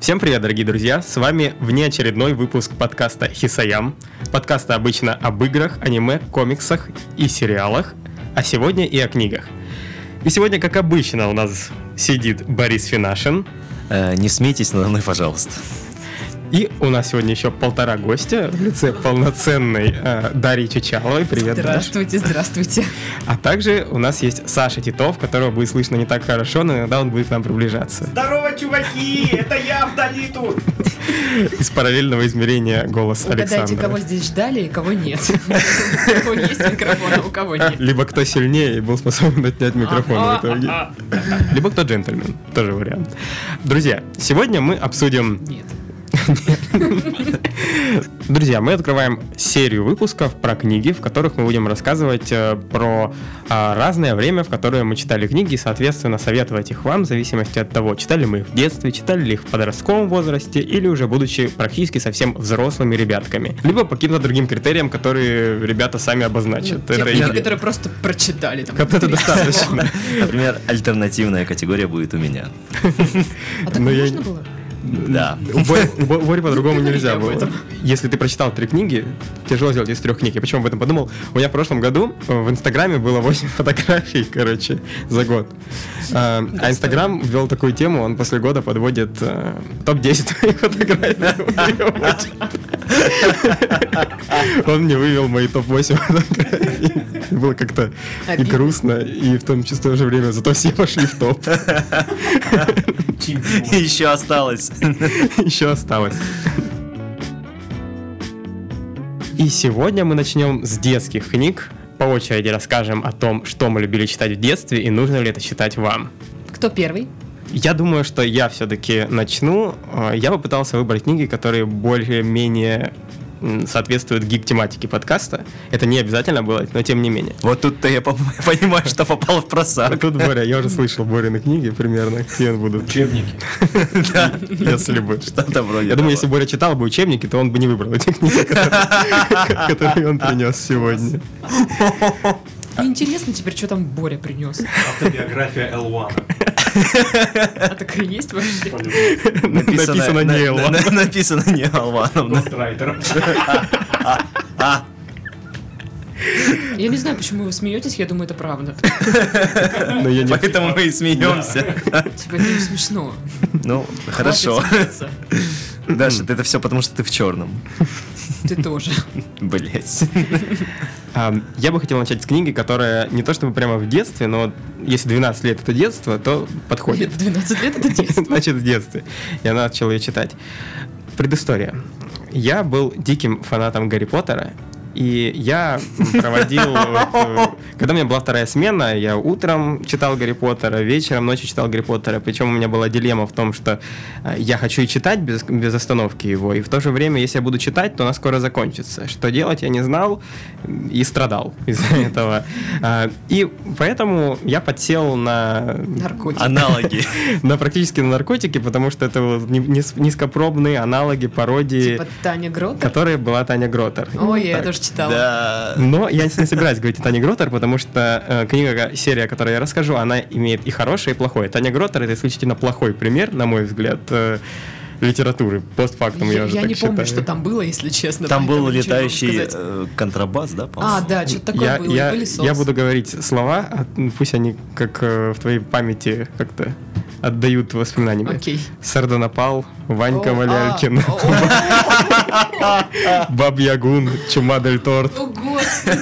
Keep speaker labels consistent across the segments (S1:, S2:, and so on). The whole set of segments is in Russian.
S1: Всем привет, дорогие друзья! С вами внеочередной выпуск подкаста Хисаям. Подкаста обычно об играх, аниме, комиксах и сериалах, а сегодня и о книгах. И сегодня, как обычно, у нас сидит Борис Финашин.
S2: Э, Не смейтесь надо мной, пожалуйста.
S1: И у нас сегодня еще полтора гостя в лице полноценной э, Дарьи Чичаловой. Привет, Даш.
S3: Здравствуйте, здравствуйте.
S1: А также у нас есть Саша Титов, которого будет слышно не так хорошо, но иногда он будет к нам приближаться.
S4: Здорово, чуваки! Это я вдали тут!
S1: Из параллельного измерения голос
S3: Угадайте,
S1: Александра.
S3: кого здесь ждали и кого нет. У кого есть микрофон, а у кого нет.
S1: Либо кто сильнее и был способен отнять микрофон в
S3: А,
S1: итоге. Либо кто джентльмен, тоже вариант. Друзья, сегодня мы обсудим...
S3: Нет.
S1: Друзья, мы открываем серию выпусков про книги, в которых мы будем рассказывать э, про а, разное время, в которое мы читали книги, и, соответственно, советовать их вам в зависимости от того, читали мы их в детстве, читали ли их в подростковом возрасте или уже будучи практически совсем взрослыми ребятками. Либо по каким-то другим критериям, которые ребята сами обозначат.
S3: Те
S1: Это
S3: книги,
S1: их-
S3: которые просто прочитали. там,
S1: Вот это
S3: три слова.
S1: достаточно.
S2: Например, альтернативная категория будет у меня.
S3: А так
S1: Но я-
S3: можно было?
S2: Да.
S1: У Бори- у Бо- у Бори по-другому
S3: Говорите
S1: нельзя
S3: об
S1: было.
S3: этом.
S1: Если ты прочитал три книги, тяжело сделать из трех книг. Я почему об этом подумал? У меня в прошлом году э, в Инстаграме было 8 фотографий, короче, за год. А а Инстаграм ввел такую тему, он после года подводит э, топ-10 твоих фотографий. Он мне вывел мои топ-8 фотографий. Было как-то и
S3: Обидно.
S1: грустно, и в том числе в то же время, зато все пошли в топ.
S2: И еще осталось.
S1: еще осталось. И сегодня мы начнем с детских книг. По очереди расскажем о том, что мы любили читать в детстве и нужно ли это читать вам.
S3: Кто первый?
S1: Я думаю, что я все-таки начну. Э, Я попытался выбрать книги, которые более-менее м, соответствуют гик-тематике подкаста. Это не обязательно было, но тем не менее.
S2: Вот тут-то я по- понимаю, что попал в
S1: А
S2: просак.
S1: тут Боря, я уже слышал Борины книги примерно, где они будут,
S4: Учебники.
S2: Да.
S1: если бы.
S2: Что-то вроде
S1: Я думаю, если
S2: того.
S1: Боря читал бы учебники, то он бы не выбрал эти книги, которые которые он принес сегодня.
S3: Мне интересно теперь, что там Боря принес.
S4: Автобиография Элвана.
S3: А так и есть вообще?
S1: Написано не
S2: на-
S1: Элла.
S2: на- Написано не Алваном. да.
S4: Гострайтер.
S3: Я не знаю, почему вы смеетесь, я думаю, это правда.
S1: Но я не...
S2: Поэтому мы и смеемся.
S3: Типа, это не смешно.
S2: Ну, хорошо.
S3: Хватит смеяться.
S2: Даша, это все потому, что ты в черном.
S3: Ты тоже.
S2: Блять.
S1: А, Я бы хотел начать с книги, которая не то чтобы прямо в детстве, но если 12 лет это детство, то подходит.
S3: 12 лет это детство.
S1: Значит, в детстве. Я начал ее читать. Предыстория. Я был диким фанатом Гарри Поттера, и я проводил... вот, э, Когда у меня была вторая смена, я утром читал Гарри Поттера, вечером, ночью читал Гарри Поттера. Причем у меня была дилемма в том, что э, я хочу и читать без, без остановки его, и в то же время, если я буду читать, то она скоро закончится. Что делать, я не знал и страдал из-за этого. А, И поэтому я подсел на
S3: Наркотики.
S2: Аналоги.
S1: на практически на наркотики, потому что это вот ни- нис- низкопробные аналоги пародии,
S3: Типа Таня Грота.
S1: которой была Таня Гротер.
S3: Ой, я
S1: Так.
S3: тоже читала.
S2: Да.
S1: Но я не собираюсь говорить о Тане Гротер, потому что э, книга, серия, о которой я расскажу, она имеет и хорошее, и плохое. Таня Гротер это исключительно плохой пример, на мой взгляд, э, литературы. Постфактум я,
S3: Я
S1: уже
S3: я
S1: так
S3: не помню,
S1: считаю.
S3: что там было, если честно.
S2: Там был
S3: поэтому ничего не могу
S2: летающий
S3: сказать.
S2: э, контрабас, да,
S3: А,
S2: по-моему?
S3: да, что-то такое
S1: я,
S3: было. и
S1: я-
S3: были
S1: я
S3: соусы.
S1: буду говорить слова, а, м, пусть они как э, в твоей памяти как-то отдают воспоминаниями.
S3: Окей.
S1: Сардонапал, Ванька
S3: О,
S1: Валялькин.
S3: а, о,
S1: Баб Ягун, Чума Дель Торт,
S3: О, господи.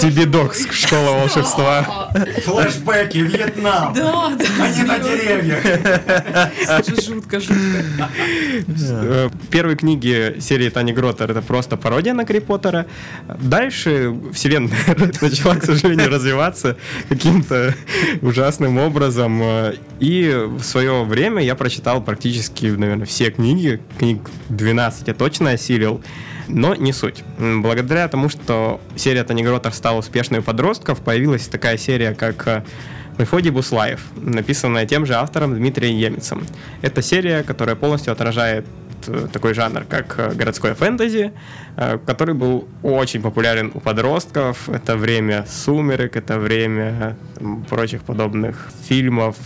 S1: Тибидокс, Школа волшебства.
S3: Да,
S4: Флэшбэки, Вьетнам.
S3: да.
S4: Они на
S3: серьёзно.
S4: деревьях.
S3: Это жутко, жутко.
S1: Э, Первые книги серии Тани Гротер это просто пародия на Гарри Поттера. Дальше вселенная начала, к сожалению, развиваться каким-то ужасным образом. Э, И в свое время я прочитал практически, наверное, все книги. Книг 12 я точно осилил. Но не суть. М, Благодаря тому, что серия Тани Гротер стала успешной у подростков, появилась такая серия, как э, Мефодий Буслаев, написанная тем же автором Дмитрием Емицем. Это серия, которая полностью отражает э, такой жанр, как э, городское фэнтези, э, который был очень популярен у подростков. Это время «Сумерек», это время э, там, прочих подобных фильмов.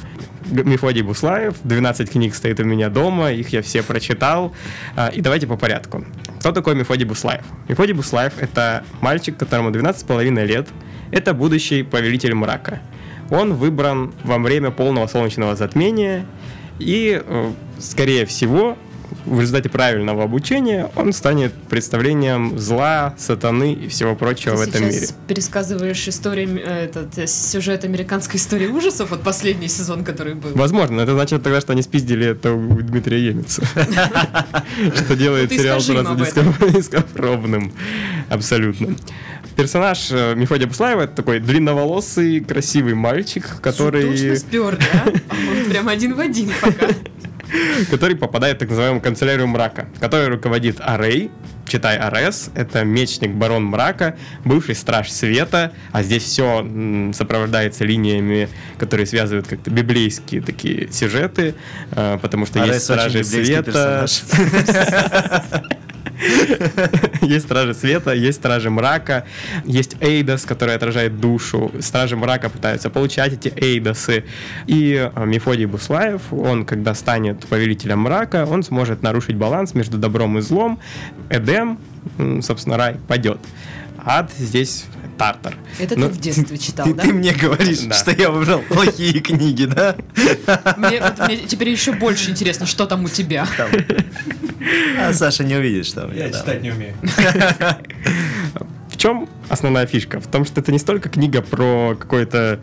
S1: Г- Мефодий Буслаев, 12 книг стоит у меня дома, их я все прочитал. А, И давайте по порядку. Кто такой Мефодий Буслаев? Мефодий Буслаев — это мальчик, которому 12,5 лет. Это будущий повелитель мрака. Он выбран во время полного солнечного затмения, и, э, скорее всего, в результате правильного обучения он станет представлением зла, сатаны и всего прочего
S3: Ты
S1: в этом мире.
S3: сейчас пересказываешь историю, э, этот, э, сюжет американской истории ужасов, вот последний сезон, который был.
S1: Возможно, но это значит тогда, что они спиздили это у Дмитрия Емельца. Что делает
S3: Ну, ты
S1: сериал
S3: скажи им
S1: просто
S3: об
S1: дископ- дископробным. Абсолютно. Персонаж э, Мефодия Буслаева это такой длинноволосый, красивый мальчик,
S3: Точно
S1: который,
S3: спер, да? Вот Прям один в один пока.
S1: который попадает в так называемую канцелярию мрака, который руководит Арей, читай Арес, это мечник барон мрака, бывший страж света, а здесь все сопровождается линиями, которые связывают как-то библейские такие сюжеты, э, потому что есть
S2: Арес очень
S1: стражи
S2: библейский
S1: света,
S2: персонаж.
S1: Есть стражи света, есть стражи мрака, есть Эйдос, который отражает душу. Стражи мрака пытаются получать эти Эйдосы. И э, Мефодий Буслаев, он, когда станет повелителем мрака, он сможет нарушить баланс между добром и злом. Эдем, м, собственно, рай, падет. Ад здесь тартар.
S3: Это
S1: Ну,
S3: ты в детстве читал,
S2: Ты,
S3: да?
S2: ты мне говоришь,
S1: Да.
S2: что я выбрал плохие книги, да?
S3: Мне, вот мне теперь еще больше интересно, что там у тебя.
S2: Там. А Саша не увидит, что у меня
S4: Я
S2: там.
S4: читать не умею.
S1: В чем основная фишка? В том, что это не столько книга про какое-то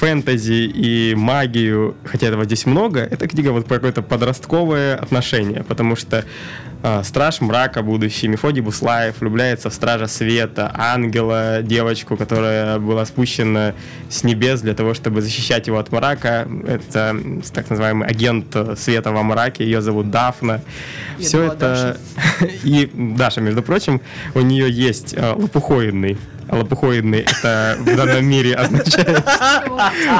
S1: фэнтези и магию, хотя этого здесь много, это книга вот про какое-то подростковое отношение, потому что а, Страж мрака будущий, Мефодий Буслаев влюбляется в Стража Света, Ангела, девочку, которая была спущена с небес для того, чтобы защищать его от мрака. Это м, так называемый агент э, Света во мраке, ее зовут Дафна.
S3: Я
S1: Все
S3: думала,
S1: это...
S3: Даша.
S1: И Даша, между прочим, у нее есть э, лопухоидный. А Лопухоидный это в данном мире означает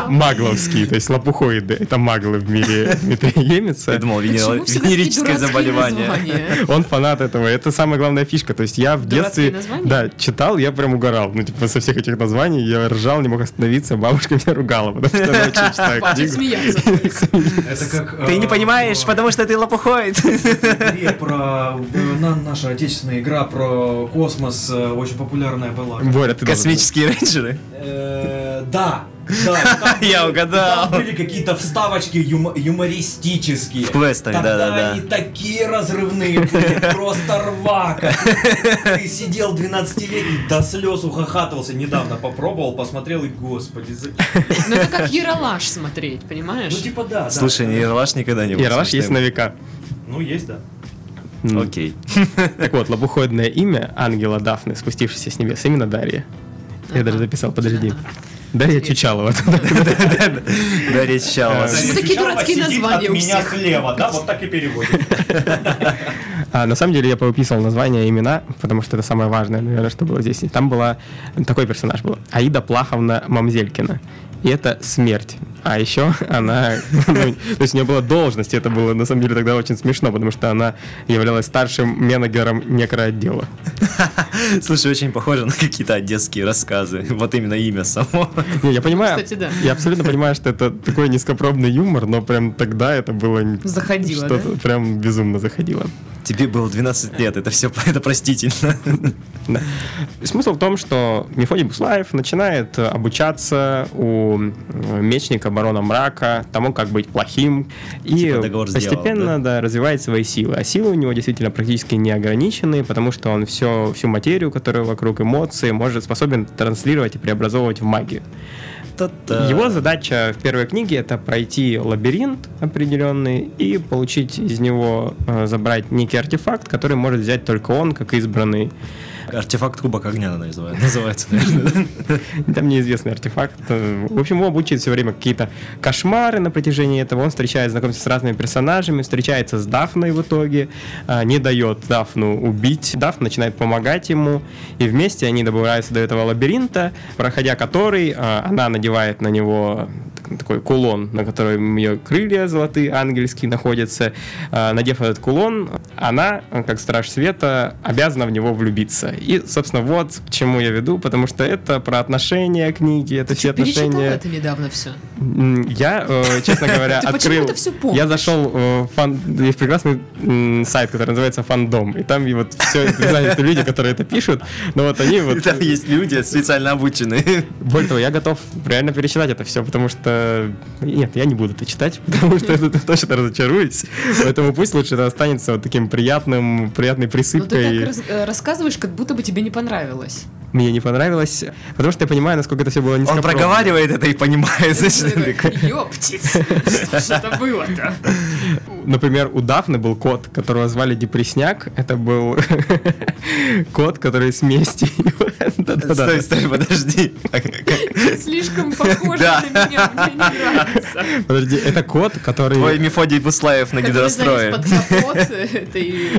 S1: магловский, то есть лопухоиды это маглы в мире Дмитрия
S2: Я
S1: Емеца.
S2: думал, венера-
S3: Почему всегда такие
S2: венерическое
S3: дурацкие
S2: заболевание.
S3: названия?
S1: Он фанат этого, это самая главная фишка. То есть я в
S3: Дурацкие
S1: детстве
S3: названия?
S1: да, читал, я прям угорал. Ну, типа, со всех этих названий я ржал, не мог остановиться, бабушка меня ругала, потому что она очень читает
S3: Хватит
S1: книгу.
S3: смеяться.
S4: Это как...
S2: Ты
S4: э,
S2: не понимаешь,
S4: в-
S2: потому что ты лопухоид.
S4: в игре про... э, на- Наша отечественная игра про космос э, очень популярная была.
S1: Боря, ты должен-
S2: Космические рейнджеры.
S4: Э, Да, да. там
S2: Я
S4: были-
S2: угадал.
S4: Там были какие-то вставочки юмо- юмористические.
S2: В квестах,
S4: Тогда
S2: да-да-да.
S4: они такие разрывные были, просто рвака. Ты сидел 12-летний, до слез ухахатывался. Недавно попробовал, посмотрел и, господи, за-
S3: Ну это как Ералаш смотреть, понимаешь?
S4: Ну, типа, да, да.
S2: Слушай, не Ералаш никогда не был.
S1: Ералаш есть на
S2: смешным.
S1: века.
S4: Ну, есть, да.
S1: М.
S2: Окей.
S1: Так вот, лобуходное имя ангела Дафны, спустившейся с небес, именно Дарья. Я даже записал, подожди. Дарья Чучалова.
S2: Да, речь Чалова.
S1: Э,
S3: Почему такие дурацкие
S4: Сидит
S3: названия
S4: от
S3: у
S4: меня
S3: всех?
S4: слева, да, вот так и переводит.
S1: А, на самом деле я повыписывал названия и имена, потому что это самое важное, наверное, что было здесь. И там была такой персонаж был. Аида Плаховна Мамзелькина. И это смерть. А еще она... ну, то есть у нее была должность, и это было на самом деле тогда очень смешно, потому что она являлась старшим менеджером некроотдела.
S2: Слушай, очень похоже на какие-то одесские рассказы. Вот именно имя само.
S1: Не, я понимаю,
S3: Кстати, да.
S1: я абсолютно понимаю, что это такой низкопробный юмор, но прям тогда это было н-
S3: Заходило, да?
S1: что-то прям безумно заходило.
S2: Тебе было 12 лет, это все это простительно.
S1: Да. Смысл в том, что Мефодий Буслаев начинает э, обучаться у э, мечника барона мрака, тому, как быть плохим, и
S2: Типа договор с
S1: постепенно
S2: дьяволом,
S1: да, развивает свои силы. А силы у него действительно практически не ограничены, потому что он все, всю материю, которая вокруг эмоции, может способен транслировать и преобразовывать в магию.
S2: Э,
S1: Его задача в первой книге это пройти лабиринт определенный и получить из него, э, забрать некий артефакт, который может взять только он, как избранный
S2: Артефакт Кубок Огня она называет- называется, наверное.
S1: Там неизвестный артефакт. Э, В общем, его мучают все время какие-то кошмары на протяжении этого. Он встречает, знакомится с разными персонажами, встречается с Дафной в итоге, а, не дает Дафну убить. Даф начинает помогать ему, и вместе они добираются до этого лабиринта, проходя который, а, она надевает э, на него такой кулон, на котором ее крылья золотые, ангельские, находятся. А, Надев этот кулон, она, как страж света, обязана в него влюбиться. И, собственно, вот к чему я веду, потому что это про отношения книги, это все
S3: Перечитала
S1: типа, отношения.
S3: это недавно все.
S1: М, Я, э, честно говоря,
S3: Ты почему
S1: открыл...
S3: это всё помнишь?
S1: Я зашел э, в фан... Есть прекрасный м, сайт, который называется Фандом, и там и вот все, ты знаешь, люди, которые это пишут, но вот они
S2: И
S1: вот...
S2: Там есть люди специально обученные.
S1: Более того, я готов реально перечитать это все, потому что... Нет, я не буду это читать, потому что я тут точно разочаруюсь. Поэтому пусть лучше это останется вот таким приятным, приятной
S3: Но Ну, ты так
S1: присыпкой.
S3: раз- э, рассказываешь, как будто бы тебе не понравилось.
S1: Мне не понравилось, потому что я понимаю, насколько это все было
S2: Он
S1: низкопробно.
S2: проговаривает это и понимает, значит, он такой.
S3: Ёптиц, что ж это было-то?
S1: Например, у Дафны был кот, которого звали Депресняк. Это был кот, который с мести. Да-да-да.
S2: Стой, стой, подожди. А как-
S3: Слишком похоже
S2: Да.
S3: на меня, мне не нравится.
S1: Подожди, это кот,
S2: Твой
S1: который...
S2: Мефодий Буслаев на
S3: Который залез
S2: гидрострое.
S3: под капот этой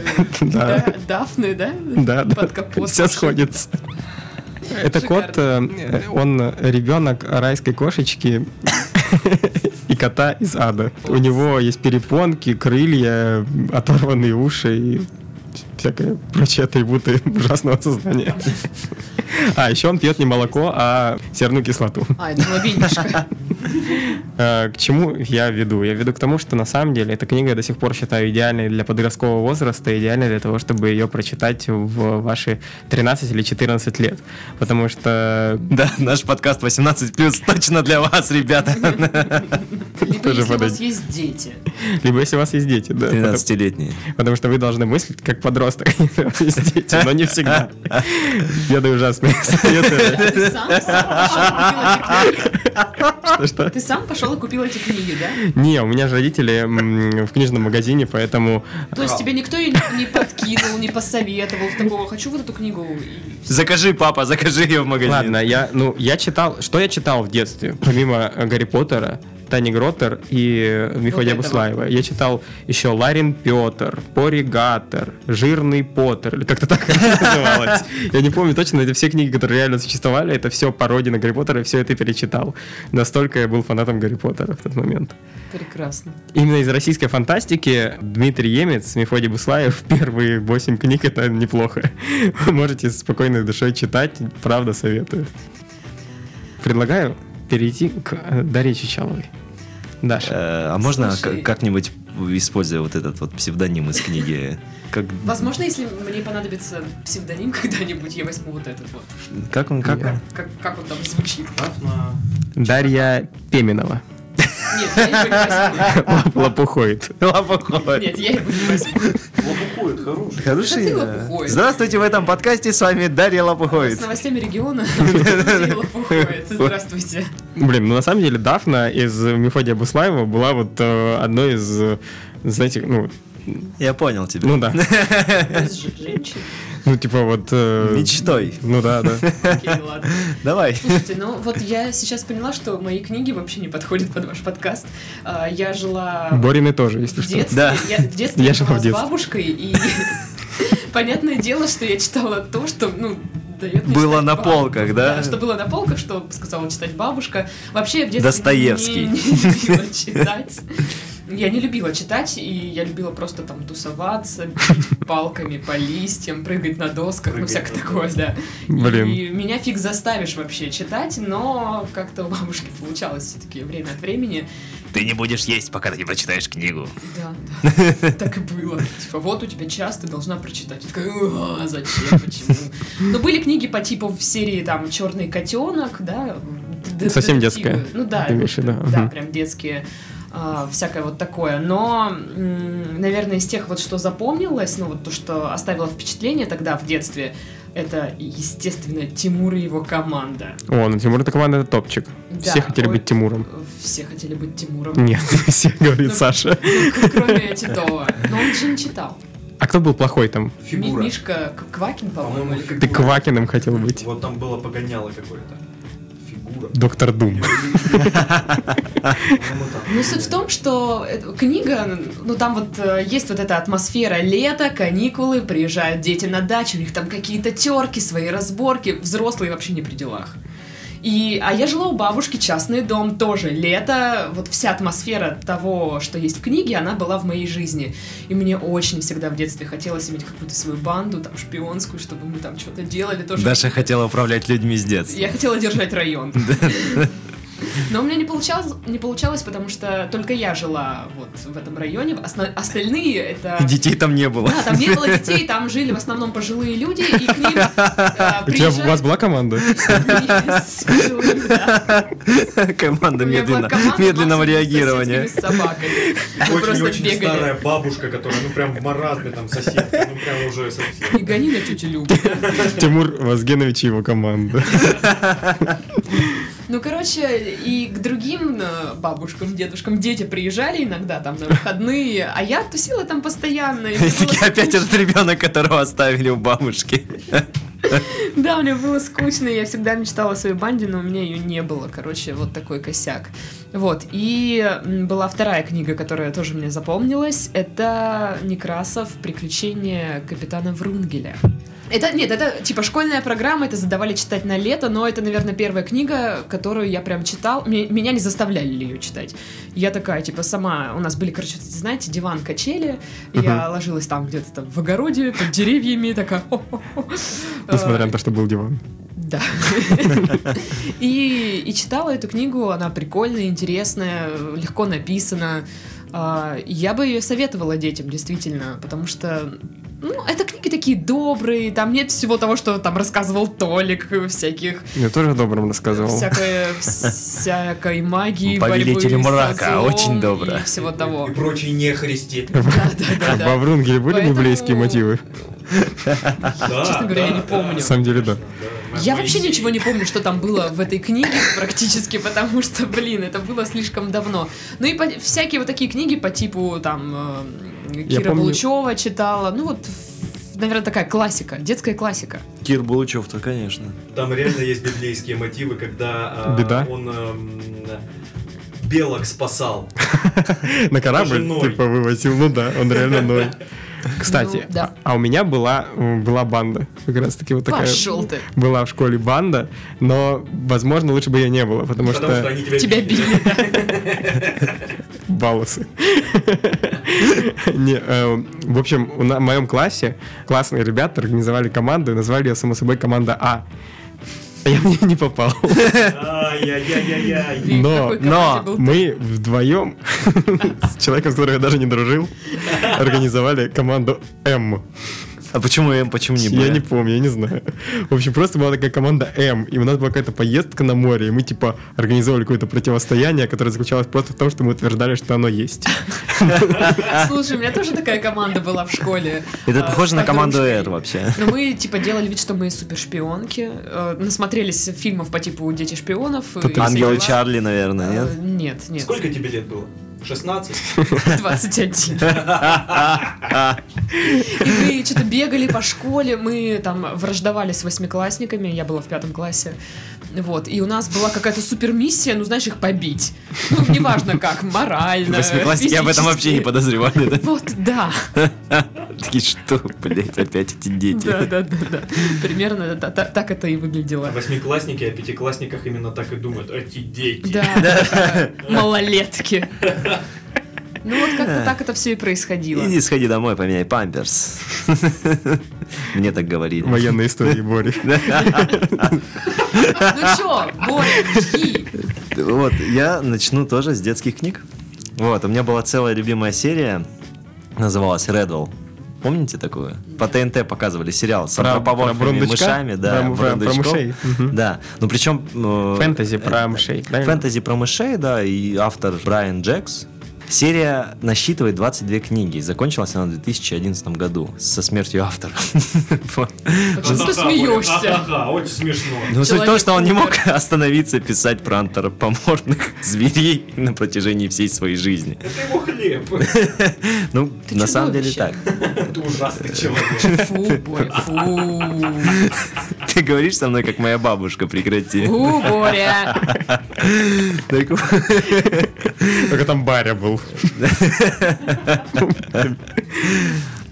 S1: Да.
S3: да, Дафны, да?
S1: Да,
S3: Под
S1: да,
S3: капот.
S1: все сходится. Это
S3: Шикарно.
S1: кот, э, он ребенок райской кошечки и кота из ада. У него есть перепонки, крылья, оторванные уши и всякие прочие атрибуты ужасного сознания. А еще он пьет не молоко, а серную кислоту.
S3: А, это была винишка.
S1: Э, К чему я веду? Я веду к тому, что на самом деле эта книга я до сих пор считаю идеальной для подросткового возраста, идеальной для того, чтобы ее прочитать в ваши 13 или 14 лет. Потому что...
S2: Да, наш подкаст 18+, точно для вас, ребята.
S3: Либо
S1: Тоже
S3: если у вас
S1: подойдет.
S3: есть дети.
S1: Либо если у вас есть дети, да. потому-
S2: 13-летние.
S1: Потому что вы должны мыслить как подросток, если у вас есть дети, но не всегда. Я даю ужасные советы.
S3: А Ты сам пошел и купил эти книги?
S1: Что- Что?
S3: Ты сам пошел и купил эти книги, да?
S1: Не, у меня же родители м, в книжном магазине, поэтому...
S3: То есть тебе никто и не не подкинул, не посоветовал такого, хочу вот эту книгу. и-
S2: Закажи, папа, закажи ее в магазин.
S1: Ладно, я, ну, я читал, что я читал в детстве, помимо э, Гарри Поттера, Тани Гроттер и э, Мефодия
S3: этого.
S1: Буслаева. Я читал еще Ларин Петр, Поригатор, Жирный Поттер, или как-то так это называлось. Я не помню точно, но это все книги, которые реально существовали, это все пародии на Гарри Поттера, и все это перечитал. Настолько я был фанатом Гарри Поттера в тот момент.
S3: Прекрасно.
S1: Именно из российской фантастики Дмитрий Емец, Мефодий Буслаев, первые 8 книг это неплохо. Вы можете с спокойной душой читать, правда советую. Предлагаю перейти к э, Дарье Чичаловой. Даша.
S2: Э, А можно
S3: Слушай.
S2: к- как-нибудь, используя вот этот вот псевдоним из книги, как,
S3: Возможно, если мне понадобится псевдоним когда-нибудь, я возьму вот этот вот.
S2: как он, как он?
S3: Как, как он там звучит?
S4: Дафна.
S1: Дарья Пеменова.
S3: Нет, я его не возьму.
S1: Лап- Лопухоид.
S3: Нет, я его не возьму.
S4: Лопухует, хороший.
S2: Хороший. э,
S3: Это ты лопухой.
S2: Здравствуйте, в этом подкасте с вами Дарья Лопуховец.
S3: С новостями региона Людмила Пуховец. Здравствуйте.
S1: Блин, ну на самом деле Дафна из Мефодия Буслаева была вот э, одной из, э, знаете, ну,
S2: Я понял тебя.
S1: ну да,
S3: Женщина.
S1: ну типа вот... э,
S2: Мечтой.
S1: Ну да, да.
S3: Окей, ладно.
S2: Давай.
S3: Слушайте, ну вот я сейчас поняла, что мои книги вообще не подходят под ваш подкаст. А, Я жила
S1: Борины тоже, если
S3: в
S1: что.
S3: детстве.
S2: Да.
S3: Я, в детстве
S1: Я
S3: я
S1: жила
S3: жила
S1: в
S3: с
S1: детстве.
S3: бабушкой, и понятное дело, что я читала то, что, ну, дает мне
S2: Было
S3: читать
S2: на
S3: бабушка.
S2: полках, да?
S3: Что было на полках, что сказала читать бабушка. Вообще я в детстве
S2: Достоевский.
S3: не, не любила читать. Я не любила читать, и я любила просто там тусоваться, бить палками по листьям, прыгать на досках, ну
S4: Прыгать
S3: всякое
S4: на
S3: такое, да.
S1: Блин.
S3: И меня фиг заставишь вообще читать, но как-то у бабушки получалось все-таки время от времени.
S2: Ты не будешь есть, пока ты не прочитаешь книгу.
S3: Да, да, так и было. Типа, вот у тебя час, ты должна прочитать. Я такая, «А, зачем, почему? Но были книги по типу в серии там «Черный котенок», да? д-
S1: Совсем
S3: детективы.
S1: детская,
S3: Ну да,
S1: ты имеешь в виду,
S3: да,
S1: мгм.
S3: прям детские а, всякое вот такое. Но, м, наверное, из тех вот, что запомнилось, ну вот то, что оставило впечатление тогда в детстве, это, естественно, Тимур и его команда.
S1: О, ну Тимур это команда это топчик. все
S3: Да,
S1: хотели
S3: ой.
S1: быть Тимуром.
S3: Все хотели быть Тимуром,
S1: Нет, все, говорит
S3: Ну.
S1: Саша.
S3: кроме Титова. Но он же не читал.
S1: А кто был плохой там?
S3: Ми-
S4: Фигура.
S3: Мишка К- Квакин, по-моему,
S4: По-моему,
S3: или как
S1: Ты Квакиным хотел быть.
S4: Вот там было погоняло какое-то. Фигура.
S1: Доктор Дум.
S4: По-моему, там.
S3: Ну, суть в том, что э, книга, ну, там вот э, есть вот эта атмосфера лета, каникулы, приезжают дети на дачу, у них там какие-то терки, свои разборки, взрослые вообще не при делах. И, а я жила у бабушки, частный дом тоже. Лето, вот вся атмосфера того, что есть в книге, она была в моей жизни. И мне очень всегда в детстве хотелось иметь какую-то свою банду, там, шпионскую, чтобы мы там что-то делали. Тоже.
S2: Даша хотела управлять людьми с детства.
S3: Я хотела держать район. Но у меня не получалось, не получалось, потому что только я жила вот в этом районе. Осна- остальные это...
S2: Детей там не было.
S3: Да, там не было детей, там жили в основном пожилые люди, и к ним э,
S1: У тебя,
S3: приезжали...
S1: у вас была команда?
S3: Есть пожилые, да.
S2: Команда
S3: У меня была
S2: медленно-
S3: команда
S2: медленного
S3: максимум с
S2: реагирования.
S3: соседскими с собаками. Мы просто
S4: Очень-очень старая
S3: бегали.
S4: бабушка, которая, ну, прям в маразме, там, соседка, ну, прям уже совсем.
S3: Не гони на тетю Любу.
S1: Тимур Вазгенович и его команда.
S3: Ну, короче, и к другим э, бабушкам, дедушкам дети приезжали иногда там на выходные, а я тусила там постоянно. и мне было
S2: Такие, Опять
S3: скучно.
S2: этот ребенок, которого оставили у бабушки.
S3: Да, мне было скучно, я всегда мечтала о своей банде, но у меня ее не было, короче, вот такой косяк. Вот, и м, была вторая книга, которая тоже мне запомнилась, это Некрасов «Приключения капитана Врунгеля». Это, нет, это типа школьная программа, это задавали читать на лето, но это, наверное, первая книга, которую я прям читал, Ме- меня не заставляли ее читать. Я такая, типа, сама, у нас были, короче, знаете, диван-качели, и я ложилась там где-то там в огороде, под деревьями, такая... Э, «Хо-хо-хо».
S1: Несмотря на то, что был диван.
S3: Да. И, и читала эту книгу, она прикольная, интересная, легко написана. А, Я бы ее советовала детям, действительно, потому что ну, это книги такие добрые, там нет всего того, что там рассказывал Толик, всяких,
S1: Я тоже о добром рассказывал.
S3: всякой, всякой магии,
S2: Повелитель
S3: борьбы со
S2: мрака,
S3: злом
S2: очень добро.
S3: И всего того.
S4: И прочие нехристи.
S3: Да, да, да,
S1: А
S3: да.
S1: во Врунгеле были
S3: Поэтому-
S1: библейские мотивы?
S4: Честно
S3: говоря, я не помню.
S1: На самом деле, да.
S3: Я вообще ничего не помню, что там было в этой книге практически, потому что, блин, это было слишком давно. Ну и по- всякие вот такие книги по типу там э,
S1: Я
S3: Кира
S1: помню-
S3: Булычева читала, ну вот, ф- наверное, такая классика, детская классика.
S2: Кир Булычев-то, конечно.
S4: Там реально есть библейские мотивы, когда а,
S1: Беда.
S4: он эм, белок спасал.
S1: На корабль
S4: Даже ноль.
S1: типа вывозил. Ну да, он реально ноль. Кстати,
S3: Ну, да.
S1: а а у меня была, м, была банда. Как раз таки вот такая.
S3: Пошел ты.
S1: Была в школе банда, но, возможно, лучше бы ее не было, потому,
S4: Потому
S2: э,
S4: что они тебя,
S3: Тебя били.
S1: Балусы. Не, э, в общем, у на- в моем классе классные ребята организовали команду и назвали ее, само собой, команда А. Я в нее не попал.
S4: Ай-яй-яй-яй-яй.
S3: И в
S1: Но-
S3: такой
S2: но-
S3: команде был
S1: Мы вдвоем с человеком, с которым я даже не дружил, организовали команду М.
S2: А почему М, почему не
S1: Я
S2: Б?
S1: не помню, я не знаю. В общем, просто была такая команда М, и у нас была какая-то поездка на море, и мы, типа, организовали какое-то противостояние, которое заключалось просто в том, что мы утверждали, что оно есть.
S2: А.
S3: ты. Слушай, у меня тоже такая команда была в школе.
S2: Это
S3: а, с
S2: похоже на команду
S3: подружкой.
S2: Р вообще.
S3: Но мы, типа, делали вид, что мы супершпионки, э, насмотрелись фильмов по типу «Дети шпионов». и все
S2: Ангелы
S3: дела.
S2: Чарли,
S3: Э,
S2: наверное, нет?
S3: Нет, нет.
S4: Сколько тебе лет было? 16?
S3: 21. И мы что-то бегали по школе, мы там враждовали с восьмиклассниками, я была в пятом классе. Вот, и у нас была какая-то супермиссия, ну, знаешь, их побить. Ну, неважно как, морально,
S2: Восьмиклассники об этом вообще не
S3: физически.
S2: подозревали. да?
S3: Вот, да,
S2: Такие, что, блядь, опять эти
S3: да,
S2: дети.
S3: да, да, да. Примерно да, та- так это и выглядело.
S4: Восьмиклассники о пятиклассниках именно так и думают. Эти дети.
S3: Да, да, малолетки. Ну вот как-то так это все и происходило.
S2: Иди сходи домой, поменяй памперс. Мне так говорили.
S1: Военные истории, Бори.
S3: Ну чё, Боря, жги.
S2: Вот, я начну тоже с детских книг. Вот, у меня была целая любимая серия, называлась Redwell. Помните такую? По ТНТ показывали сериал с
S1: Про- про
S2: антропоморфными
S1: брундучка?
S2: мышами, да,
S1: Про- про- про
S2: брундучков.
S1: мышей, мгм.
S2: Да, ну причем... э,
S1: Фэнтези про мышей, правильно?
S2: Фэнтези про мышей, да, и автор Брайан Джекс. Серия насчитывает 22 книги. и Закончилась она в 2011 году со смертью автора. Вот.
S3: Почему ты смеешься?
S4: Ага, очень смешно.
S2: Ну, суть в том,
S3: Человек
S2: что он не мог
S3: умер.
S2: остановиться писать про антропоморфных зверей на протяжении всей своей жизни.
S4: Это его хлеб.
S2: Ну,
S3: Ты
S2: на самом деле
S3: чудовище.
S2: так.
S4: Ты ужасный человек.
S3: Фу, Боря, фу.
S2: Ты говоришь со мной, как моя бабушка, прекрати.
S3: Фу, Боря.
S2: Так вот.
S1: Только там Баря был.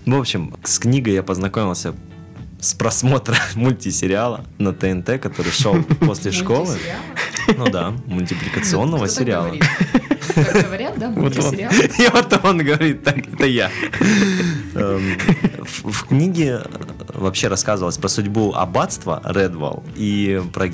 S2: В общем, с книгой я познакомился с просмотра мультисериала на ТНТ, который шел после школы.
S3: Мультисериал?
S2: Ну да, мультипликационного
S3: Кто так
S2: сериала.
S3: говорит? Так говорят, да,
S1: Вот он.
S3: мультисериал?
S2: И вот он говорит, так это я. Эм, В в книге э, вообще рассказывалось про судьбу аббатства Редвал и про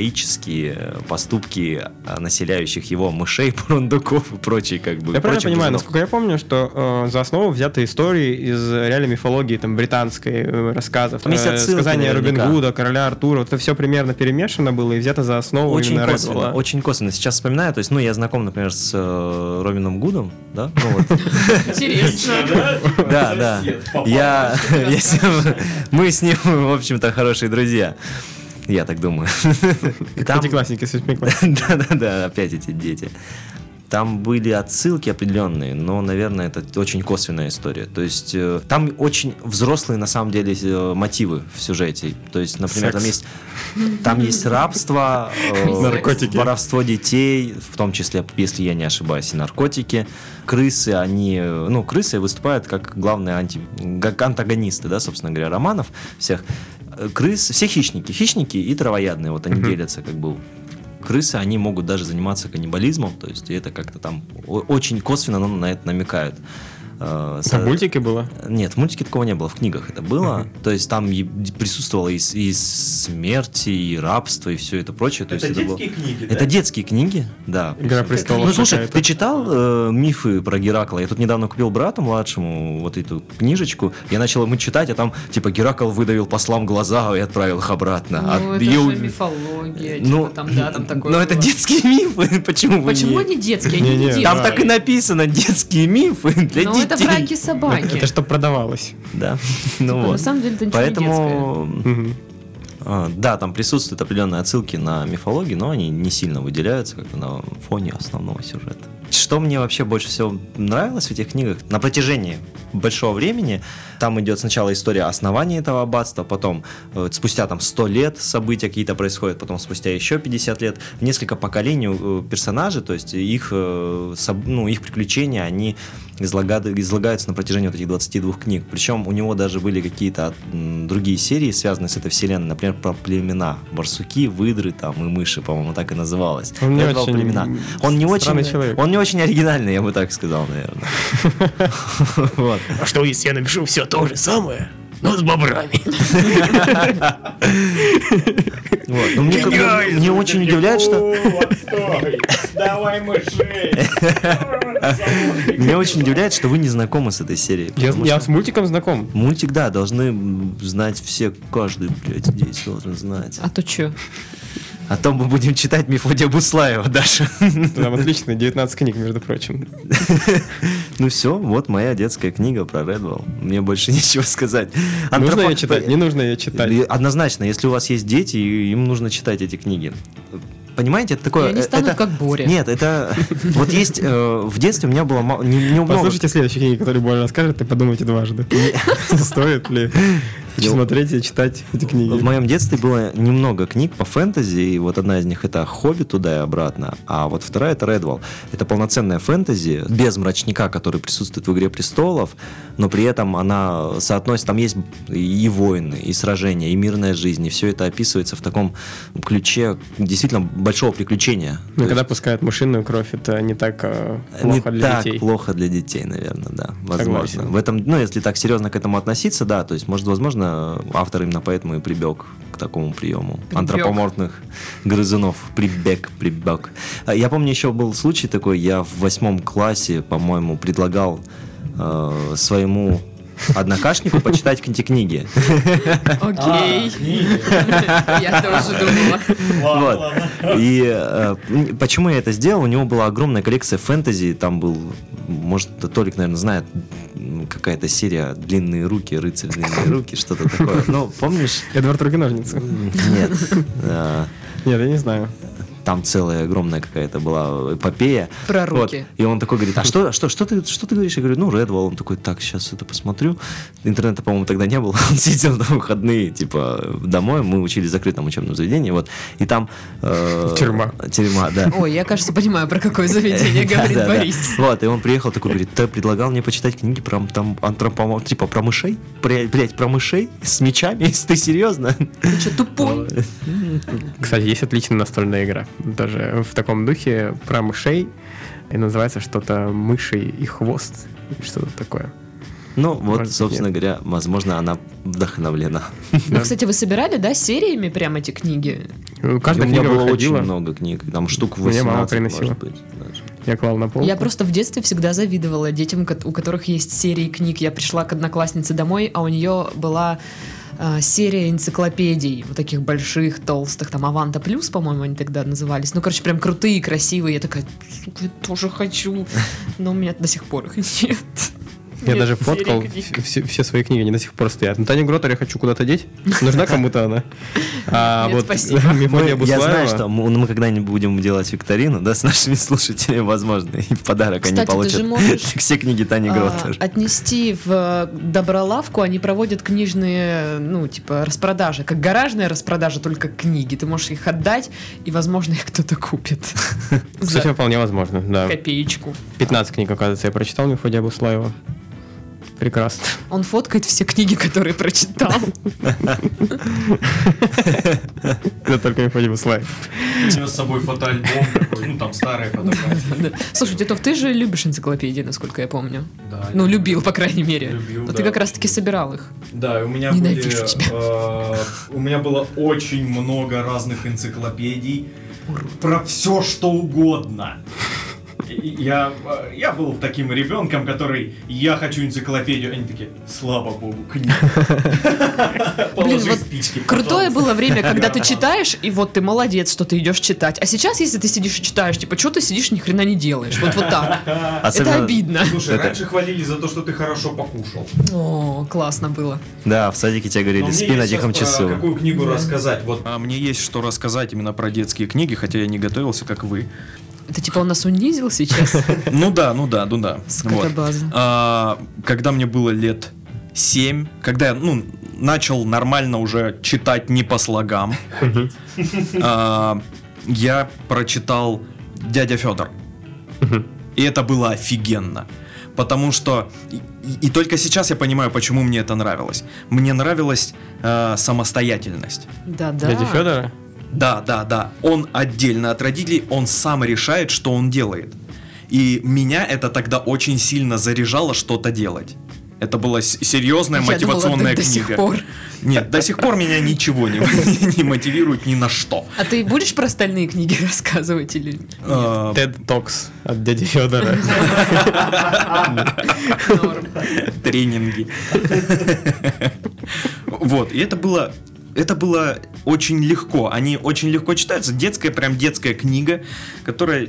S2: героические поступки э, населяющих его мышей, бурундуков и прочей как бы.
S1: Я правильно
S2: прочих
S1: понимаю,
S2: грызунов.
S1: насколько я помню, что э, за основу взяты истории из реальной мифологии там, британской, э, рассказов,
S2: Там есть отсылки
S1: сказания Робин
S2: наверняка.
S1: Гуда, короля Артура. Вот это все примерно перемешано было и взято за основу
S2: Очень
S1: именно
S2: косвенно,
S1: Редвелла.
S2: очень косвенно. Сейчас вспоминаю, то есть, ну, я знаком, например, с э, Робином Гудом, да? Ну, вот.
S3: Интересно.
S4: Типа,
S2: Да, да. Я, я с ним- мы с ним, в общем-то, хорошие друзья. Я так думаю.
S1: Как
S2: Там-
S1: пятиклассники с восьмиклассниками.
S2: Да-да-да, опять эти дети. Там были отсылки определенные, но, наверное, это очень косвенная история. То есть э, там очень взрослые, на самом деле, э, мотивы в сюжете. То есть, например, там
S1: Секс.
S2: есть, там есть рабство, э,
S1: Наркотики.
S2: воровство детей, в том числе, если я не ошибаюсь, и наркотики. Крысы, они, э, ну, крысы выступают как главные анти, как антагонисты, да, собственно говоря, романов всех. Э, Крыс, все хищники, хищники и травоядные, вот они делятся как бы. Крысы, они могут даже заниматься каннибализмом, то есть и это как-то там о- очень косвенно но на это намекают. Э,
S1: Там
S2: со-
S1: мультики было?
S2: нет, в мультике такого не было, в книгах это было. То есть там и присутствовало и, с- и смерти, и рабство, и все это прочее. То
S4: Это
S2: есть было-
S4: детские книги, да?
S2: это детские книги, да.
S1: Игра престолов.
S2: Ну слушай,
S1: какая-то.
S2: ты читал э, мифы про Геракла? Я тут недавно купил брату младшему вот эту книжечку. Я начал ему читать, а там типа Геракл выдавил послам глаза и отправил их обратно. А
S3: Ну, это
S2: её-
S3: же мифология,
S2: Ну,
S3: типа там, да, там такое
S2: Но это
S3: было.
S2: детские мифы, почему вы
S3: Почему
S2: не-
S3: они детские? Они
S1: Не-не,
S3: не детские.
S2: Там
S1: Да.
S2: так и написано детские мифы для
S3: Ну,
S2: детей.
S3: это враги собаки.
S1: Это что продавалось.
S2: Да. Ну
S3: На
S2: вот.
S3: самом деле это ничего не детское.
S2: Поэтому
S1: Мгм.
S2: А, Да, там присутствуют определенные отсылки на мифологию, но они не сильно выделяются как-то на фоне основного сюжета. Что мне вообще больше всего нравилось в этих книгах? На протяжении большого времени там идет сначала история основания этого аббатства, потом э, спустя там 100 лет события какие-то происходят, потом спустя еще 50 лет несколько поколений э, персонажей, то есть их, э, соб- ну, их приключения, они излага- излагаются на протяжении вот этих 22 книг. Причем у него даже были какие-то м, другие серии, связанные с этой вселенной, например, про племена. Барсуки, выдры там и мыши, по-моему, так и называлась.
S1: Он не
S2: Это было
S1: очень
S2: племена. Он не
S1: странный
S2: очень,
S1: человек.
S2: он не очень оригинальный, я бы так сказал, наверное. Вот.
S5: А что, если я напишу все то же самое, но с бобрами?
S2: Вот. Но мне, как бы- мне очень удивляет, что
S4: Давай мышей!
S2: Меня очень удивляет, что вы не знакомы с этой серией.
S1: Я,
S2: потому
S1: я
S2: что
S1: с мультиком знаком.
S2: Мультик, да, должны м, знать все, каждый, блядь, здесь должен знать.
S3: А то чё?
S2: А то мы будем читать Мефодия Буслаева, Даша.
S1: Там отлично, 19 книг, между прочим.
S2: Ну все, вот моя детская книга про Редвелл. Мне больше нечего сказать.
S1: Нужно ее
S2: Антропо-
S1: читать? Не нужно ее читать.
S2: И Однозначно, если у вас есть дети, и им нужно читать эти книги. Понимаете, это такое... э,
S3: Я не стану
S2: это-
S3: как Боря.
S2: Нет, это... Вот есть... э, В детстве у меня было... мало- не- не много-
S1: Послушайте следующие книги, которые Боря расскажет, и подумайте дважды. Стоит ли
S2: Ё.
S1: смотреть и читать эти
S2: В
S1: книги?
S2: моем детстве было немного книг по фэнтези, и вот одна из них это «Хобби туда и обратно», а вот вторая это «Редвал». Это полноценная фэнтези, без мрачника, который присутствует в «Игре престолов», но при этом она соотносит, там есть и войны, и сражения, и мирная жизнь, и все это описывается в таком ключе действительно большого приключения.
S1: Ну,
S2: То
S1: когда пускают мышиную кровь, это не так э,
S2: не
S1: плохо для
S2: так
S1: детей.
S2: плохо для детей, наверное, да. Возможно.
S1: Согласен.
S2: В этом, ну, если так серьезно к этому относиться, да, то есть, может, возможно, автор именно поэтому и прибег к такому приему
S3: Прибег.
S2: антропоморфных грызунов. Прибег, прибег. А Я помню, еще был случай такой, я в восьмом классе, по-моему, предлагал э, своему однокашнику почитать эти книги. А.
S3: Окей. Я тоже думала.
S2: Вот. И э, м, почему я это сделал? У него была огромная коллекция фэнтези. Там был, может, Толик, наверное, знает, м, какая-то серия «Длинные руки», «Рыцарь длинные руки», что-то такое. Ну, помнишь?
S1: Эдвард Руки Ножницы.
S2: Нет. Э,
S1: Нет, я не знаю.
S2: там целая огромная какая-то была эпопея.
S3: Про
S2: Вот.
S3: руки.
S2: И он такой говорит, а что, что, что, ты, что ты говоришь? Я говорю, ну, Red Bull. Он такой, так, сейчас это посмотрю. Интернета, по-моему, тогда не было. Он сидел на выходные, типа, домой. Мы учились в закрытом учебном заведении. Вот. И там... э,
S1: Тюрьма.
S2: Тюрьма, да.
S3: Ой, я, кажется, понимаю, про какое заведение говорит
S2: Да, да, да.
S3: Борис.
S2: Вот, и он приехал такой, говорит, ты предлагал мне почитать книги про там антропоморф, типа про мышей? Бля- Блядь, про мышей? С мечами? Ты серьезно?
S3: Ты что, тупой?
S1: Кстати, есть отличная настольная игра. Даже в таком духе про мышей. И называется что-то мыши и хвост. или Что-то такое.
S2: Ну, вот,
S1: Может,
S2: собственно говоря, возможно, она вдохновлена.
S3: Ну, кстати, вы собирали, да, сериями прям эти книги?
S1: Ну, Каждая
S2: у меня
S1: книга
S2: было
S1: выходила.
S2: очень много книг, там штук
S1: Мне
S2: 18,
S1: мама приносила.
S2: может быть. даже.
S1: Я клал на полку.
S3: Я просто в детстве всегда завидовала детям, кот- у которых есть серии книг. Я пришла к однокласснице домой, а у нее была э, серия энциклопедий, вот таких больших, толстых, там Аванта Плюс, по-моему, они тогда назывались. Ну, короче, прям крутые, красивые. Я такая, сука, я тоже хочу, но у меня до сих пор их нет.
S1: Я
S3: Нет
S1: даже
S3: серии
S1: фоткал
S3: книг.
S1: в- все, все свои книги, они до сих пор стоят. Ну, Таню Гротер я хочу куда-то деть. Нужна кому-то она. А
S3: Нет,
S1: вот
S3: спасибо.
S2: Мы-
S1: Мефодия
S2: я знаю,
S1: Буслаева.
S2: что мы, ну, мы когда-нибудь будем делать викторину, да, с нашими слушателями, возможно, и в подарок
S3: Кстати,
S2: они
S3: ты
S2: получат
S3: же можешь,
S2: все книги Тани Гротер.
S3: А, отнести в э, добролавку, они проводят книжные, ну, типа, распродажи. Как гаражная распродажа, только книги. Ты можешь их отдать, и, возможно, их кто-то купит.
S1: Кстати,
S3: За
S1: вполне возможно, да.
S3: копеечку.
S1: 15 книг, оказывается, я прочитал Мефодия Буслаева. Прекрасно.
S3: Он фоткает все книги, которые прочитал.
S1: Да только Мефодий Буслаев.
S4: У него с собой фотоальбом такой, ну там старые фотографии.
S3: Да. Слушай, Титов, ты же любишь энциклопедии, насколько я помню.
S4: Да,
S3: Ну, любил, по крайней мере.
S4: Любил,
S3: Вот
S4: да.
S3: ты как раз-таки собирал их.
S4: Да, и у меня
S3: Ненавижу
S4: были,
S3: тебя.
S4: э, у меня было очень много разных энциклопедий про все что угодно. И- и Я, э, я был таким ребенком, который я хочу энциклопедию. Они такие, слава богу, книга. Положи
S3: вот
S4: спички.
S3: Крутое
S4: пожалуйста».
S3: было время, когда ты
S4: Да.
S3: читаешь, и вот ты молодец, что ты идешь читать. А сейчас, если ты сидишь и читаешь, типа, что ты сидишь, ни хрена не делаешь. Вот вот так. а, Это обидно.
S4: Слушай,
S2: Это-
S4: раньше хвалили за то, что ты хорошо покушал.
S3: О, классно было.
S2: Да, в садике тебе
S4: Но
S2: говорили,
S4: мне
S2: спи на
S4: есть
S2: тихом
S4: щас про
S2: часу.
S4: Какую книгу рассказать? Вот. А мне есть что рассказать именно про детские книги, хотя я не готовился, как вы.
S3: Это типа он нас унизил сейчас,
S4: Ну да, ну да, ну да. Вот.
S3: скотобаза.
S4: А, когда мне было лет 7, когда я ну, начал нормально уже читать не по слогам, а, я прочитал Дядя Федор. И это было офигенно. Потому что... И, и- и только сейчас я понимаю, почему мне это нравилось. Мне нравилась э, самостоятельность.
S3: Да-да.
S1: Дядя Федора?
S4: Да, да, да. Он отдельно от родителей, он сам решает, что он делает. И меня это тогда очень сильно заряжало что-то делать. Это была с- серьезная
S3: Я думала,
S4: мотивационная
S3: до- до
S4: книга.
S3: сих пор.
S4: Нет, до сих пор меня ничего не, не мотивирует ни на что.
S3: А ты будешь про остальные книги рассказывать или...
S4: Э,
S1: Тед Токс от дяди Федора.
S3: Норм.
S4: тренинги. Вот, и это было... Это было очень легко. Они очень легко читаются. Детская, прям детская книга, которая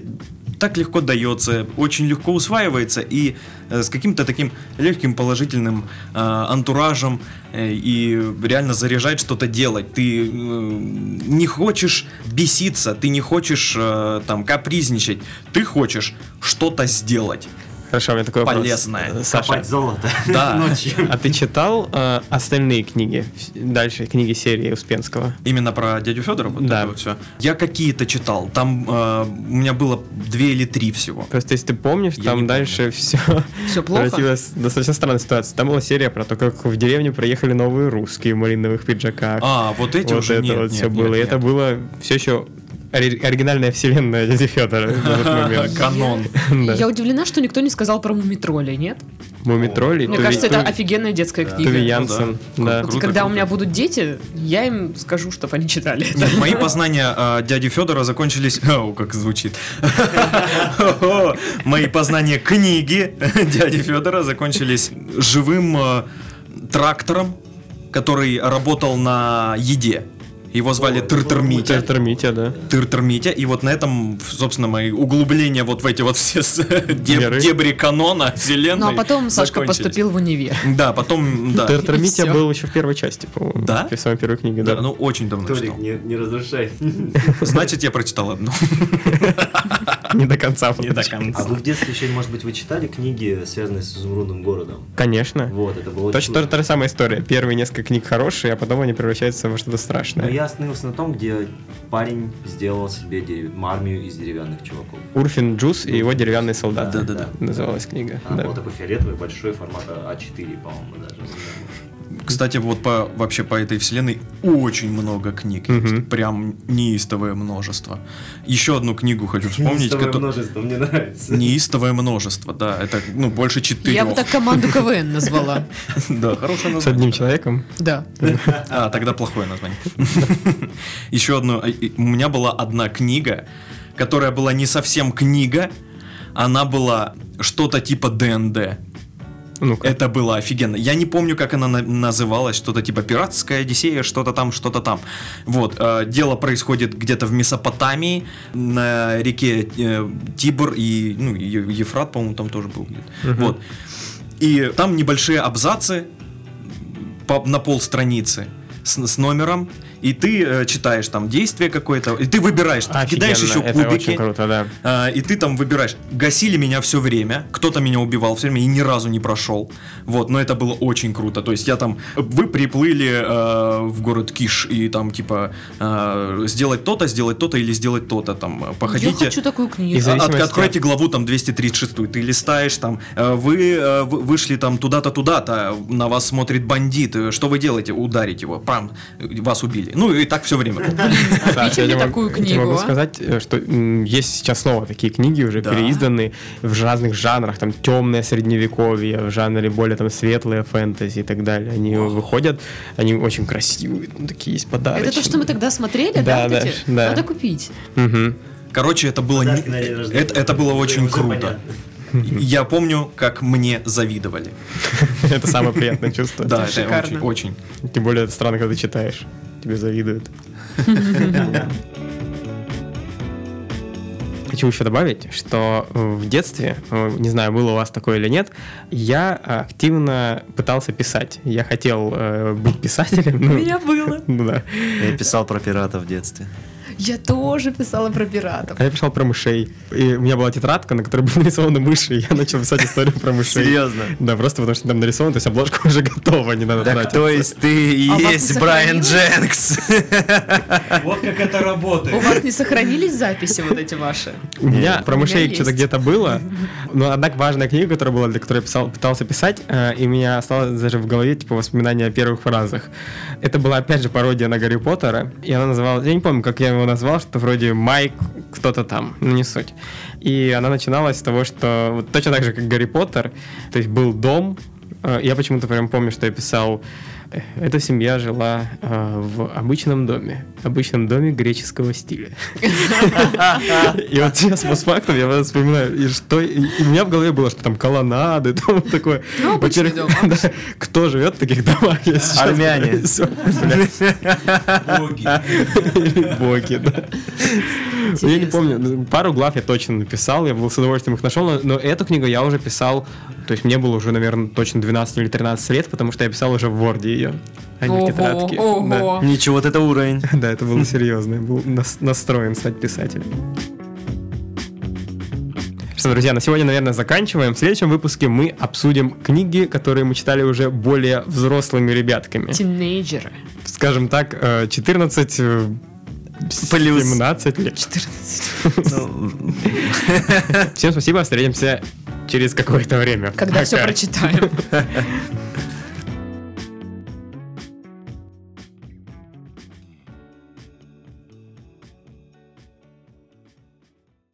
S4: так легко дается, очень легко усваивается и э, с каким-то таким легким положительным э, антуражем э, и реально заряжает что-то делать. Ты э, не хочешь беситься, ты не хочешь э, там капризничать, ты хочешь что-то сделать.
S1: Хорошо, у меня такой вопрос. Э,
S4: Полезное.
S1: Саша,
S2: золото.
S4: Да.
S1: а ты читал э, остальные книги? Вс- Дальше книги серии Успенского.
S4: Именно про дядю Федора, вот
S1: Да.
S4: это вот все. Я какие-то читал. Там э, у меня было две или три всего.
S1: Просто если ты помнишь,
S4: Я не
S1: там
S4: помню.
S1: дальше все
S3: Все плохо?
S1: превратилось в достаточно странную ситуацию. Там была серия про то, как в деревню приехали новые русские в малиновых пиджаках.
S4: А, вот эти
S1: вот
S4: уже
S1: это
S4: нет,
S1: вот
S4: нет,
S1: все
S4: нет,
S1: было. И
S4: нет.
S1: это было все еще оригинальная вселенная дяди Федора на тот момент.
S4: Канон.
S1: Да.
S3: Я удивлена, что никто не сказал про Мумитроли, нет?
S1: Мумитролли,
S3: Мне
S1: Туви-
S3: кажется, это
S1: Туви-
S3: офигенная детская
S1: Туви
S3: книга.
S1: Янсен,
S4: Ну да.
S1: да.
S3: Вот
S4: Круто,
S3: Когда у
S4: круто.
S3: меня будут дети, я им скажу, чтобы они читали. это.
S4: Нет, мои познания э, дяди Федора закончились. Ау, как звучит. Мои познания книги дяди Федора закончились живым э, трактором, который работал на еде. Его звали Тыртыр Митя.
S1: Театр Митя, да.
S4: Тыртыр Митя. И вот на этом, собственно, мои углубления вот в эти вот все с- деб-
S1: Веры.
S4: дебри канона
S3: Ну
S4: вселенной
S3: а потом Сашка
S4: закончились.
S3: поступил в универ.
S4: Да, потом, да.
S1: Театр
S3: И
S1: Митя
S3: всё.
S1: был еще в первой части, по-моему.
S4: Да?
S1: В самой первой книге,
S4: Да,
S1: да.
S4: ну очень давно
S6: Толик,
S4: читал.
S6: не, не разрушай.
S4: Значит, я прочитал одну.
S1: Не до конца.
S4: Не до
S1: получается.
S6: А
S4: конца.
S6: вы в детстве еще, может быть, вы читали книги, связанные с Изумрудным городом?
S1: Конечно.
S6: Вот, это было
S1: Точно та же- та же самая история. Первые несколько книг хорошие, а потом они превращаются во что-то
S6: Но
S4: Ну,
S1: страшное.
S6: Ну, я остановился на том, где парень сделал себе дерев- армию из деревянных чуваков.
S1: Урфин Джус и его деревянный солдат.
S6: Да, да, да.
S1: Называлась книга.
S4: А,
S6: Она
S1: да.
S6: была такой фиолетовый, большой, формата А4, по-моему, даже.
S4: А, Кстати, вот по вообще по этой вселенной очень много книг есть.
S1: Мгм.
S4: Прям неистовое множество. Еще одну книгу хочу вспомнить.
S6: Неистовое
S4: кото-
S6: множество, мне нравится.
S4: Неистовое множество, да. Это, ну, больше
S3: Я бы
S4: четырех.
S3: так команду КВН назвала.
S4: Да, хорошее
S1: С одним
S4: название.
S1: человеком.
S3: Да.
S4: А, тогда плохое название. Еще одну. а, и- У меня была одна книга, которая была не совсем книга, она была что-то типа ДНД.
S1: Ну-ка.
S4: Это было офигенно. Я не помню, как она на- называлась, что-то типа пиратская Одиссея, что-то там, что-то там. Вот, э, дело происходит где-то в Месопотамии, на реке э, Тибр и ну, Е- Ефрат, по-моему, там тоже был где-то. Вот. И там небольшие абзацы по- на пол страницы с, с номером, и ты э, читаешь там действие какое-то, и ты выбираешь, ты кидаешь еще
S1: Офигенно,
S4: кубики.
S1: Это очень круто, да.
S4: А, И ты там выбираешь. Гасили меня все время, кто-то меня убивал все время и ни разу не прошел. Вот, но это было очень круто. То есть я там, вы приплыли э, в город Киш и там типа э, сделать то-то, сделать то-то или сделать то-то там. э,
S3: Я
S4: Походите.
S3: хочу такую
S1: И
S3: книгу.
S1: за- зависимости
S4: От- откройте главу там 236, ты листаешь там, э, вы э, вы- вышли там туда-то, туда-то, на вас смотрит бандит, э, что вы делаете? Ударить его, пам, э, вас убили. Ну и так все время.
S1: Саш,
S3: Купите
S1: я
S3: мне
S1: не мог-
S3: такую
S1: не
S3: книгу,
S1: могу
S3: а?
S1: сказать, э, что м, есть сейчас снова такие книги, уже
S4: Да.
S1: переизданные в разных жанрах, там темное средневековье, в жанре более там светлое фэнтези и так далее. Они выходят, они очень красивые, ну, такие есть подарочные.
S3: Это то, что мы тогда смотрели,
S1: Да,
S3: да? вот
S1: да,
S3: эти?
S1: да.
S3: Надо купить.
S1: Мгм.
S4: Короче, это было не-
S6: Подарки на день рождения.
S4: это, это было
S6: Уже-
S4: очень
S6: уже
S4: круто.
S6: понятно.
S4: Я помню, как мне завидовали.
S1: Это самое приятное чувство.
S4: Да, это очень,
S3: шикарно.
S4: очень.
S1: Ну, Тем более это странно, когда ты читаешь. Тебе завидуют. Хочу еще добавить, что в детстве, э, не знаю, было у вас такое или нет, я активно пытался писать. Я хотел э, быть писателем.
S3: У
S1: ну,
S3: меня было.
S1: Ну да.
S2: Я писал про пирата в детстве.
S3: Я тоже писала про пиратов.
S1: А я писал про мышей. И у меня была тетрадка, на которой были нарисованы мыши, и я начал писать историю про мышей.
S2: Серьезно?
S1: Да, просто потому что там нарисовано, то есть обложка уже готова, не надо
S2: Так,
S1: тратить.
S2: то есть ты и
S3: А у вас не
S2: есть Брайан
S3: сохранилось?
S2: Дженкс.
S6: Вот как это
S3: У
S6: работает.
S3: вас не сохранились записи вот эти ваши?
S1: У меня про
S3: У меня
S1: мышей
S3: есть.
S1: что-то где-то было, но одна важная книга, которая была, для которой я писал, пытался писать, э, и у меня осталось даже в голове типа воспоминания о первых фразах. Это была опять же пародия на Гарри Поттера, и она называлась, я не помню, как я его назвал, что вроде Майк кто-то там, ну не суть. И она начиналась с того, что вот точно так же, как Гарри Поттер, то есть был дом, Э, Я почему-то прям помню, что я писал э, эта семья жила э, в обычном доме, обычном доме греческого стиля. И вот сейчас постфактум я вот вспоминаю, и что и у меня в голове было, что там колоннады, там вот такое.
S3: Ну, обычный
S1: Во-первых,
S3: дом,
S1: да, кто живет в таких домах? Я сейчас
S2: Армяне.
S1: всё, блядь,
S6: Боги.
S1: или боги, да. Ну, Я не помню, пару глав я точно написал, я был с удовольствием их нашел, но, но эту книгу я уже писал, то есть мне было уже, наверное, точно 12 или 13 лет, потому что я писал уже в Word ее, а не в
S3: Ого,
S1: тетрадке.
S3: ого.
S2: Ничего, вот это уровень.
S1: Да. Да, это было серьезно, я был нас- настроен стать писателем. Что, друзья, на сегодня, наверное, заканчиваем. В следующем выпуске мы обсудим книги, которые мы читали уже более взрослыми ребятками.
S3: Тинейджеры.
S1: Скажем так, э, 14 э, 17 лет.
S3: 14.
S2: Ну,
S1: Всем спасибо, встретимся через какое-то время.
S3: Когда все
S1: Пока.
S3: прочитаем.